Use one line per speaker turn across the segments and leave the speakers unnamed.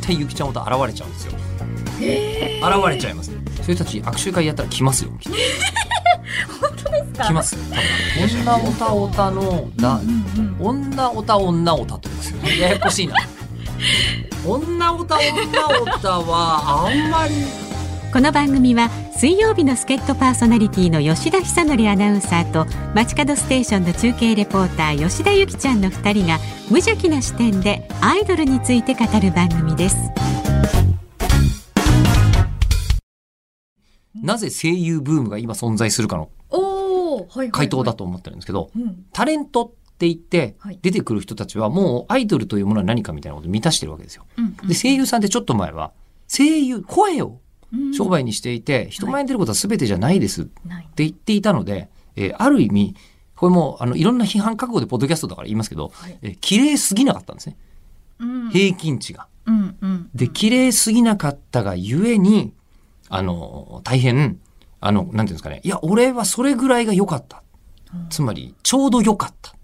対ゆきちゃんと現れちゃうんですよ
え
現れちゃいますそういう人たち握手会やったら来ますよきっと
本当ですか
来ます多分女オタオタのだ
うんうん
女オタ女オタって言うんですよややこしい な女オタ女オタはあんまり
この番組は水曜日の助っ人パーソナリティの吉田久典アナウンサーと街角ステーションの中継レポーター吉田ゆきちゃんの2人が無邪気な視点でアイドルについて語る番組です
なぜ声優ブームが今存在するかの
おお、はいはいはい
回答だ。と思ってるんですけど
うん。
タレントって言って
はい
出てくる人たちはもうアイドルというものは何かみたいなことを満たしてるわけですよ。
うんうん
で声優さんってちょっと前は声優声を
うん
商売にしていて人前に出ることは全てじゃないですって
ない。
言っていたので、えーある意味これもあのいろんな批判覚悟でポッドキャストだから言いますけど
はい、
えー綺麗すぎなかったんですね
うん
平均値が。
うんうん。
で、綺麗すぎなかったがゆえに、あの、大変、あの、なんていうんですかね。いや、俺はそれぐらいが良かった。つまり、ちょうど良かった。っ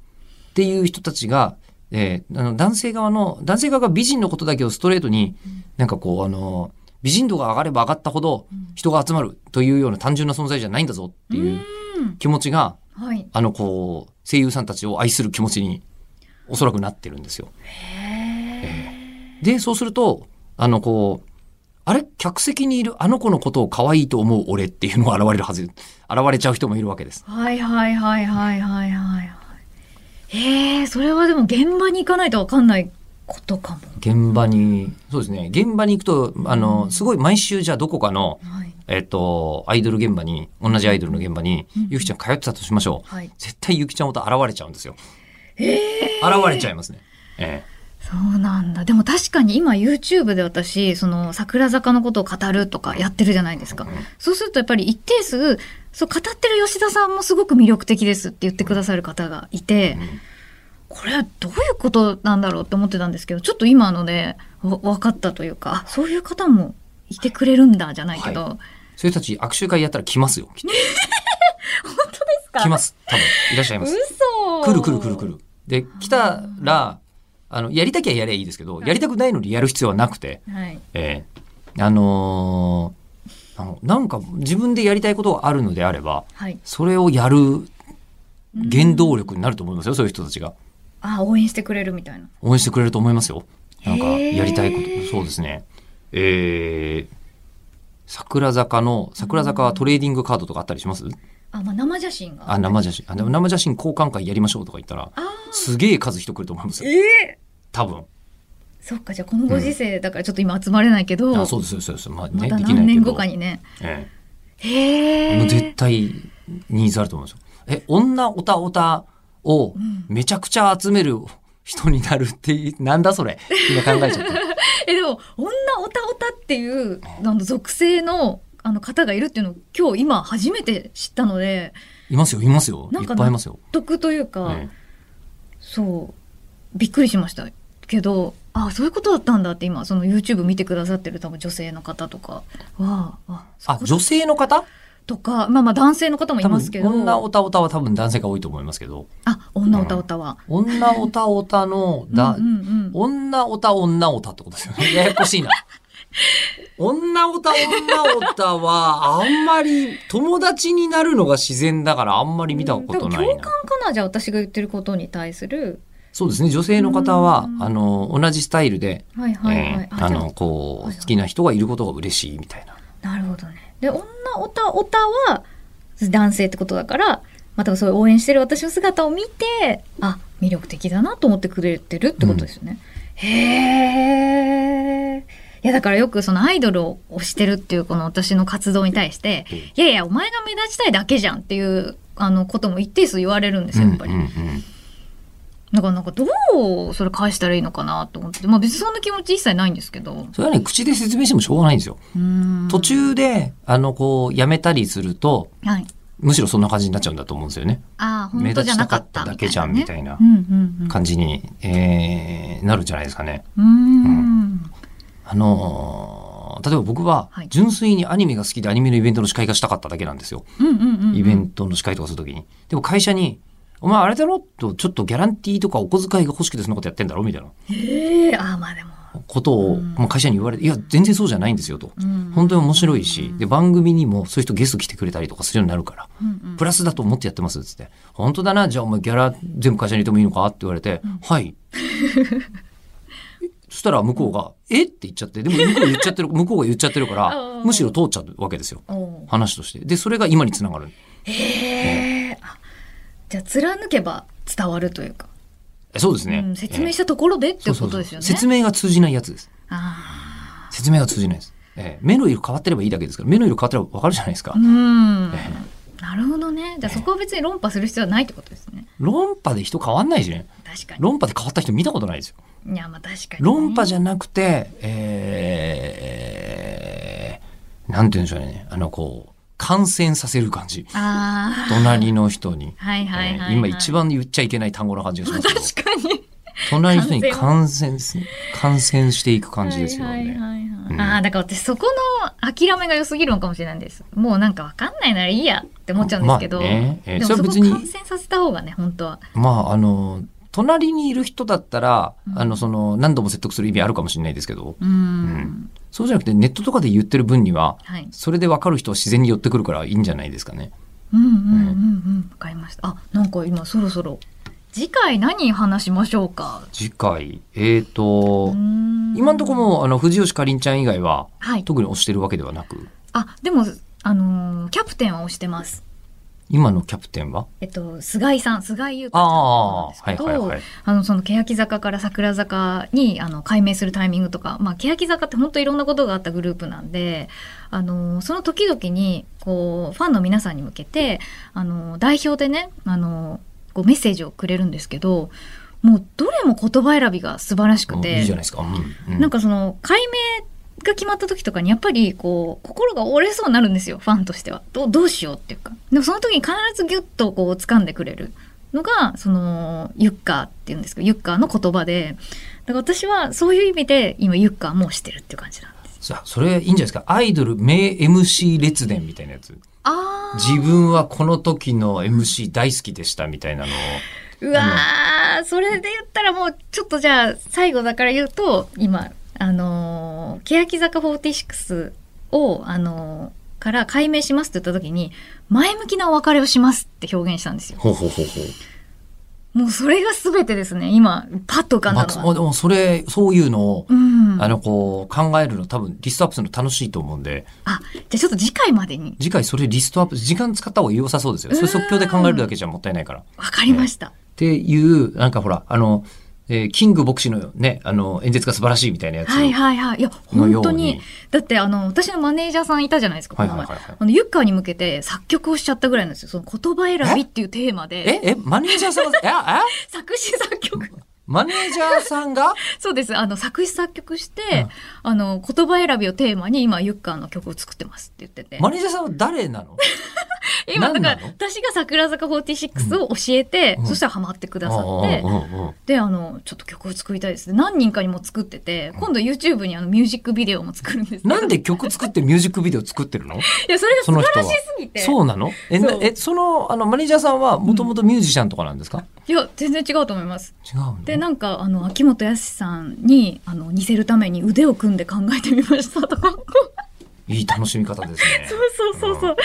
ていう人たちが、えーあの男性側の、男性側が美人のことだけをストレートに、なんかこう、あの、美人度が上がれば上がったほど人が集まるというような単純な存在じゃないんだぞっていう
うん。
気持ちが、
はい。
あの、こう、声優さんたちを愛する気持ちに、おそらくなってるんですよ。で、そうすると、あの、こう、あれ客席にいるあの子のことを可愛いと思う俺っていうのが現れるはず、現れちゃう人もいるわけです。
はいはいはいはいはいはいはい。えー、それはでも現場に行かないとわかんないことかも。
現場に、そうですね、現場に行くと、あの、すごい毎週じゃあどこかの、
はい。
えっと、アイドル現場に、同じアイドルの現場に
うん、
ゆきちゃん通ってたとしましょう。
はい。
絶対ゆきちゃんと現れちゃうんですよ。
えー、
現れちゃいますね。え
そうなんだ。でも確かに今 YouTube で私、その桜坂のことを語るとかやってるじゃないですか。そうするとやっぱり一定数、そう語ってる吉田さんもすごく魅力的ですって言ってくださる方がいて、
え。うん
これはどういうことなんだろうって思ってたんですけどちょっと今のでわ分かったというかあそういう方もいてくれるんだじゃないけど、
はそういう人たち握手会やったら来ますよ。きっと
本当ですか
来ます。多分、いらっしゃいます。
嘘
来る来る来る来る。で、来たら、あの、やりたきゃやりゃいいですけど、やりたくないのにやる必要はなくて、
はい
ええあのーあの、なんか自分でやりたいことがあるのであれば、
はい
それをやる原動力になると思いますよ、そういう人たちが。
あ応援してくれるみたいな
応援してくれると思いますよ。なんか、
へえ
やりたいこと、そうですね。えー桜坂の、桜坂はトレーディングカードとかあったりします
あ、まあ、生写真が
あ、生写真、あ、でも生写真交換会やりましょうとか言ったら、
あ
すげえ数人来ると思います
ー
よ。
え
多分。
ーそっかじゃあこのご時世だからちょっと今集まれないけど、
あそうですそうですそうですまあ
ま
ね
た
できな
何
いけ
年
ど
後かにね
え
へ
え
え
もう絶対ニーズあると思うんですよえ女オタオタをめちゃくちゃ集める人になるってい なんだそれ今考えちゃった
えでも女オタオタっていうあの属性のあの方がいるっていうのを今日今初めて知ったので
いますよいますよい
な
っ
ん
ぱ
か
いいますよ、
得というか、
え
そうびっくりしましたけどあそういうことだったんだって今その YouTube 見てくださってる多分女性の方とかはあ
えあ女性の方
とかまあまあ男性の方もい
多分
ますけど
女オタオタは多分男性が多いと思いますけど
あ女歌歌は、
女オタオタの
うん、
だ、
うんうん
女オタ女オタってことですよね ややこしいな女オタ女オタはあんまり友達になるのが自然だからあんまり見たことないな、
うん多分共感かなじゃあ私が言ってることに対する
そうですね。女性の方は
う、ん
あの、同じスタイルで、
はいはいはい、
えーあ
じゃ
の、こう、
はいはい
好きな人がいることが嬉しいみたいな。
なるほどね。で、女オタオタは男性ってことだから、またそういう応援してる私の姿を見て、あ、魅力的だなと思ってくれてるってことですよね。へー。いやだからよくそのアイドルを推してるっていうこの私の活動に対して、
うん
いやいやお前が目立ちたいだけじゃんっていうあのことも一定数言われるんですよやっぱり。
うんうんうん
だからなんかどうそれ返したらいいのかなと思って、まあ別にそんな気持ち一切ないんですけど。
それはね、口で説明してもしょうがないんですよ。
うーん
途。中で、あの、こう、やめたりすると、
はい。
むしろそんな感じになっちゃうんだと思うんですよね。
ああ
目
本当
立
じゃ
ち
な
た
か
か
っ
ったた
みたいな、
だ
ね。
けじゃんみたいな
うんうんうん
感じに、えーなるんじゃないですかね。
うーん。
あのー例えば僕は
はい、
純粋にアニメが好きでアニメのイベントの司会がしたかっただけなんですよ。
うんうんうんうん。
イベントの司会とかするときに。でも会社に、お前あれだろと、ちょっとギャランティーとかお小遣いが欲しくてそんなことやってんだろみたいな。
ええああ、まあでも。
ことを、
うん
まあ、会社に言われて、いや、全然そうじゃないんですよと。
うん
本当に面白いし、で、番組にもそういう人ゲスト来てくれたりとかするようになるから、
うんうん
プラスだと思ってやってますっつって、本当だな、じゃあお前ギャラ全部会社に入れてもいいのかって言われて、はい。 そしたら向こう が、えって言っちゃって、でも向こうが言っちゃってる、向こうが言っちゃってるか
うんう
ら、
ん
むしろ通っちゃうわけですよ。
おう
話として。で、それが今につながる。
へえあじゃあ貫けば伝わるというか、
えそうですね。
うん、説明
ええ
したところでって
そ
いうう
そ
こ
うそ
と
う
ですよね。
説明が通じないやつです。
あ
説明が通じないです。ええ目の色変わってればいいだけですから、目の色変わってればわかるじゃないですか
あう。ん
え
なるほどねじゃあそこは別に論破する必要はないってことですね。
論破で人変わんないしね。
確かに。
論破で変わった人見たことないですよ。
いやまあ確かに、ね。
論破
じ
じゃなくて、えー、なんて言うんでしょうね。あの、こう、感染させる感じ。
ああ
隣の人に。
はいはいはい、はい
えー今一番言っちゃいけない単語な感じがしますけ ど、
確かに
隣の人に感染す、感染していく感じですよね。
はいはいはいはい
うん
ああだから私そこの諦めが良すぎるのかもしれないです。もうなんかわかんないならいいやって思っちゃうんですけど、
まあねえー
でも
それ
そ
は別
こ
に
感染させた方がね本当は。
まあ、あの、隣にいる人だったら、
うん
あの、その、何度も説得する意味あるかもしれないですけど、
うん
んそうじゃなくてネットとかで言ってる分には、
はい。
それで分かる人は自然に寄ってくるからいいんじゃないですかね。
うんうんうんうん。わかりました。あ、なんか今そろそろ次回何話しましょうか。
次回、えーと、今
今
のところもうあの、藤吉かりんちゃん以外は、
はい。
特に推してるわけではなく、
あ、でもあのーキャプテンは押してます。
今のキャプテンは
えっと菅井さん、菅井優香さん
ああ、
な
は
ん
い
ですけど、
はいはい。
あのその欅坂から桜坂にあの改名するタイミングとか、まあ、欅坂って本当いろんなことがあったグループなんで、あのその時々にこうファンの皆さんに向けて、あの代表でね、あのこうメッセージをくれるんですけどもうどれも言葉選びが素晴らしく
うん
て
いいじゃないですか。うんう
なんかその改名が決まった時とかにやっぱりこう心が折れそうになるんですよファンとしてはどうどうしようっていうかでもその時に必ずギュッとこう掴んでくれるのがそのユッカーっていうんですけどユッカーの言葉でだから私はそういう意味で今ユッカーもしてるっていう感じなんです
さあ、それいいんじゃないですか。アイドル名 MC 列伝みたいなやつ。
あー
自分はこの時の MC 大好きでしたみたいなのを。
うわーそれで言ったらもうちょっとじゃあ最後だから言うと今あのー、欅坂46をあのーから解明しますって言った時に前向きなお別れをしますって表現したんですよ
ほうほうほうほう。
もうそれが全てですね今パッと浮かん
ま
だ
あ、
の
そ
は、
でもそれ、そういうのを、
うん
あ
あ
の、こう、考えるの多分、リストアップするの楽しいと思うんで、
じゃあちょっと次回までに
次回それリストアップ、時間使った方が良さそうですよ。それ即興で考えるだけじゃもったいないから。っ
分かりました、
ていう、なんかほら、あの、えーキング牧師のね、あの、演説が素晴らしいみたいなやつ。
はいはいはいいや
のように
本当にだってあの私のマネージャーさんいたじゃないですかこ
はい
の
はい
前、
はいはい
あのユッカーに向けて作曲をしちゃったぐらいなんですよその言葉選びっていうテーマで
え、え、マネージャーさんが、え、あえ
作詞作曲
マネージャーさんが
そうです。あの、作詞作曲して、あの、言葉選びをテーマに今、ユッカーの曲を作ってますって言ってて。
マネージャーさんは誰なの
今、だか
何
ら
なの、
私が桜坂46を教えて、
うん
そしたらハマってくださって、
あ
で、あの、ちょっと曲を作りたいですね。何人かにも作ってて、今度 YouTube にあの、ミュージックビデオも作るんですけど
なんで曲作ってミュージックビデオ作ってるの
いや、それが
そ
素
の
晴
人は
らしすぎて。
そうなのえ、な
そう
え、その、あの、マネージャーさんはもともとミュージシャンとかなんですか、
いや、全然違うと思います。
違うの
で、なんか、あの、秋元康さんに、あの、似せるために腕を組んで考えてみましたとか。
いい楽しみ方ですね。
そうそうそうそう。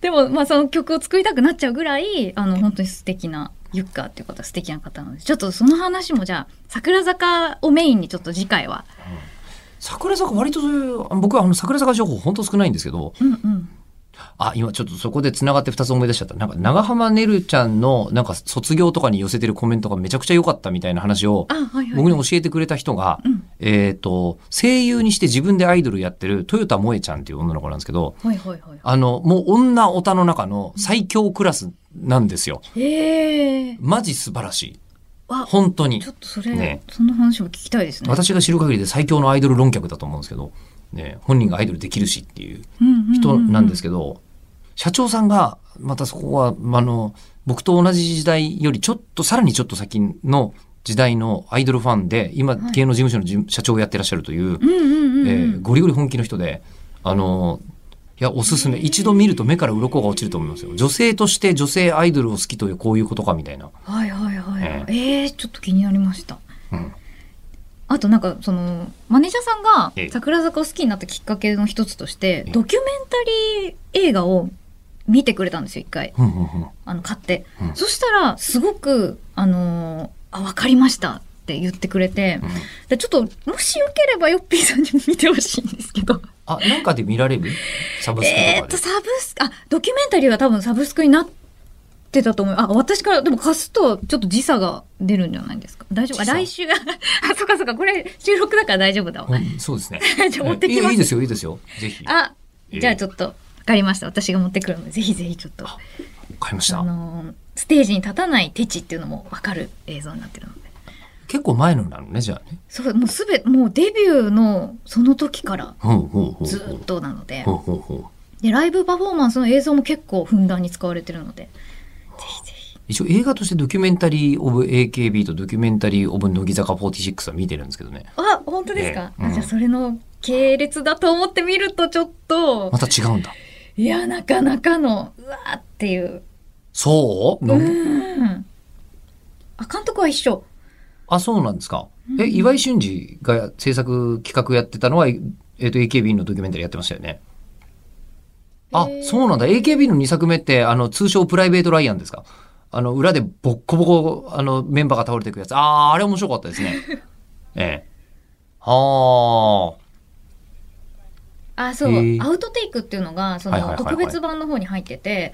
でも、まあ、その曲を作りたくなっちゃうぐらい、あの、本当に素敵な、ユッカーっていう方は素敵な方なので、ちょっとその話もじゃあ、桜坂をメインにちょっと次回は。
桜坂割とそういうあの僕はあの桜坂情報本当少ないんですけど
うんうん。
あ今ちょっとそこでつながって2つ思い出しちゃったなんか長浜ねるちゃんのなんか卒業とかに寄せてるコメントがめちゃくちゃ良かったみたいな話を
あ、はいはい。
僕に教えてくれた人が、
うん
えっ、と声優にして自分でアイドルやってる豊田萌ちゃんっていう女の子なんですけど
はいはいはい。
あのもう女オタの中の最強クラスなんですよ
ええー。
マジ素晴らしい
あ、
本当に
ちょっとそれ、
ね
その話も聞きたいですね。
私が知る限りで最強のアイドル論客だと思うんですけど、ね、本人がアイドルできるしっていう人なんです
け
けど、社長さんがまたそこはまああの僕と同じ時代よりちょっとさらにちょっと先の時代のアイドルファンで今
はい
芸能事務所の事務社長をやってらっしゃるという、
ど。うんうんうんうん。
えーゴリゴリ本気の人であのいやおすすめ一度見ると目から鱗が落ちると思いますよ女性として女性アイドルを好きというこういうことかみたいな
はいはいはいはい。
え
ええーちょっと気になりました。
うん
あとなんかそのマネージャーさんが
ええ
桜坂を好きになったきっかけの一つとして
え
ドキュメンタリー映画を見てくれたんですよ一回
うんうんうん
あの買って、
うん
そしたらすごくあのーあ分かりましたって言ってくれて、
うん
でちょっともしよければヨッピーさんにも見てほしいんですけど
あ、なんかで見られるサブスク
えーっ
とか
と
で。
サブスクあドキュメンタリーは多分サブスクになってたと思うあ私からでも貸すとちょっと時差が出るんじゃないですか大丈夫あ
時差
来週 あそっかそっかこれ収録だから大丈夫だわ
うんそうですね。
じゃあ 持ってきま
いい
す
いですよ、いいですよ。ぜひ。わ
あじゃあちょっとわかりました私が持ってくるのでぜひぜひちょっと
かりまし
あ
た。
のーステージに立たない手チっていうのもわかる映像になってるので
結構前のなのね、じゃあね。
そうもうすべもうデビューのその時から
ほうほうほうほう。
ずーっとなので
ほうほうほう。
でライブパフォーマンスの映像も結構ふんだんに使われてるので
一応映画としてドキュメンタリー・オブ・ AKB とドキュメンタリー・オブ・乃木坂46は見てるんですけどね。
あ、本当ですか、
ええうん
あじゃあそれの系列だと思ってみるとちょっと
ま、た違うんだ。
いや、なかなかの、うわーっていう。
そう
う
の
ん。あ、監督は一緒。
あ、そうなんですか。え、岩井俊二が制作企画やってたのは、えっ、と、AKB のドキュメンタリーやってましたよね。あ
え、ー
そうなんだ。AKB の2作目って、あの、通称プライベートライアンですか。あの、裏でボッコボコ、あの、メンバーが倒れていくやつ。あー、あれ面白かった ですね。ええ。は
あ、そう、
へー
アウトテイクっていうのが、そ
はいはい
の
はいはい
特別版の方に入ってて、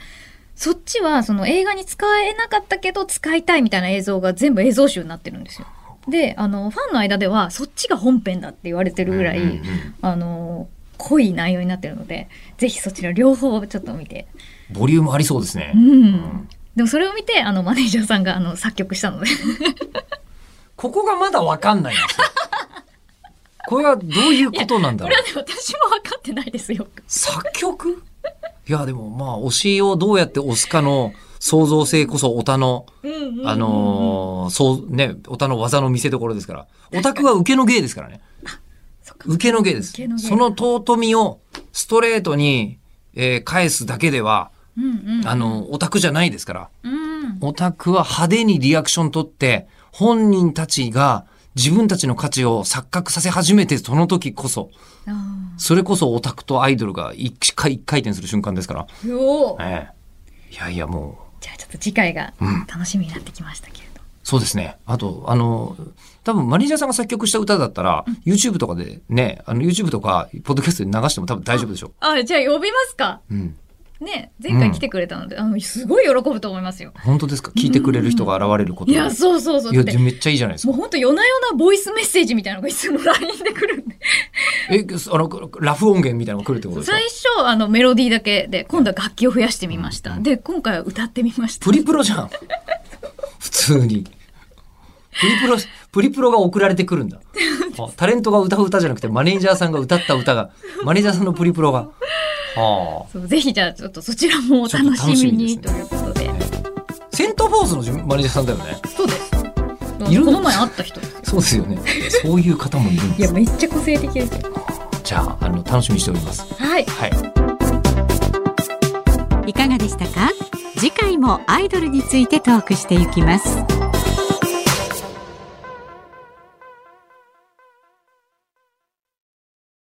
そっちはその映画に使えなかったけど使いたいみたいな映像が全部映像集になってるんですよ。で、あの、ファンの間ではそっちが本編だって言われて
ー。
るぐらい、
うんうんうん
あの、濃い内容になってるので、ぜひそちら両方ちょっと見て
ボリュームありそうですね。
うん、でもそれを見てあのマネージャーさんがあの作曲したので
ここがまだわかんないん ですよ。これはどういうことなんだ
こ
ろ
れ
う
は。ね私も分かってないですよ。
作曲いや、でもまあ、推しをどうやって推すかの創造性こそ、オタの、
うんうんうん
あのーそう、ね、オタの技の見せ所ですから。オタクは受けの芸ですからね。
そっか
受けの芸です
受けの。芸
その尊みをストレートに、えー返すだけでは、
うんうん
あの、オタクじゃないですから。
うん
オタクは派手にリアクション取って、本人たちが自分たちの価値を錯覚させ始めて、その時こそ、
あ
それこそオタクとアイドルが一回一回転する瞬間ですから。
ーよー
ええ。いやいや、もう、
じゃあちょっと次回が
うん
楽しみになってきましたけれど、
そうですね。あと、あの、多分マネージャーさんが作曲した歌だったら、YouTube とかでね、あの YouTube とか、ポッドキャストで流しても多分大丈夫でしょ
あじゃあ呼びますか
う。うん。
ね前回来てくれたので、あのすごい喜ぶと思いますよ。
本当ですか聞いてくれる人が現れること
いやそうそうそう
いや
って
めっちゃいいじゃないです
もう
か。
ほんと夜な夜なボイスメッセージみたいなのがいつも LINE で来るんで
え、あの、ラフ音源みたいなのが来るってことですか
最初あのメロディーだけで今度は楽器を増やしてみました、で今回は歌ってみました
プリプロじゃん。普通に。プリプロ、プリプロが送られてくる んだ。あタレントが歌う歌じゃなくて、マネージャーさんが歌った歌が、マネージャーさんのプリプロが。は
そうぜひじゃあちょっとそちらもお
ち
楽
ょっと楽
し
し
み
みで
に
すね
ということで
あ。セントフォースのじマネージャーさんだよね。
そうです
いるんだ
この前会った人です
そうですよね。そういう方もいるん
い
で
や
す。
めっちゃ個性的ですよ
じゃあ、あの、楽しみにしております。
はい
はい。
いかがでしたか次回もアイドルについてトークしていきます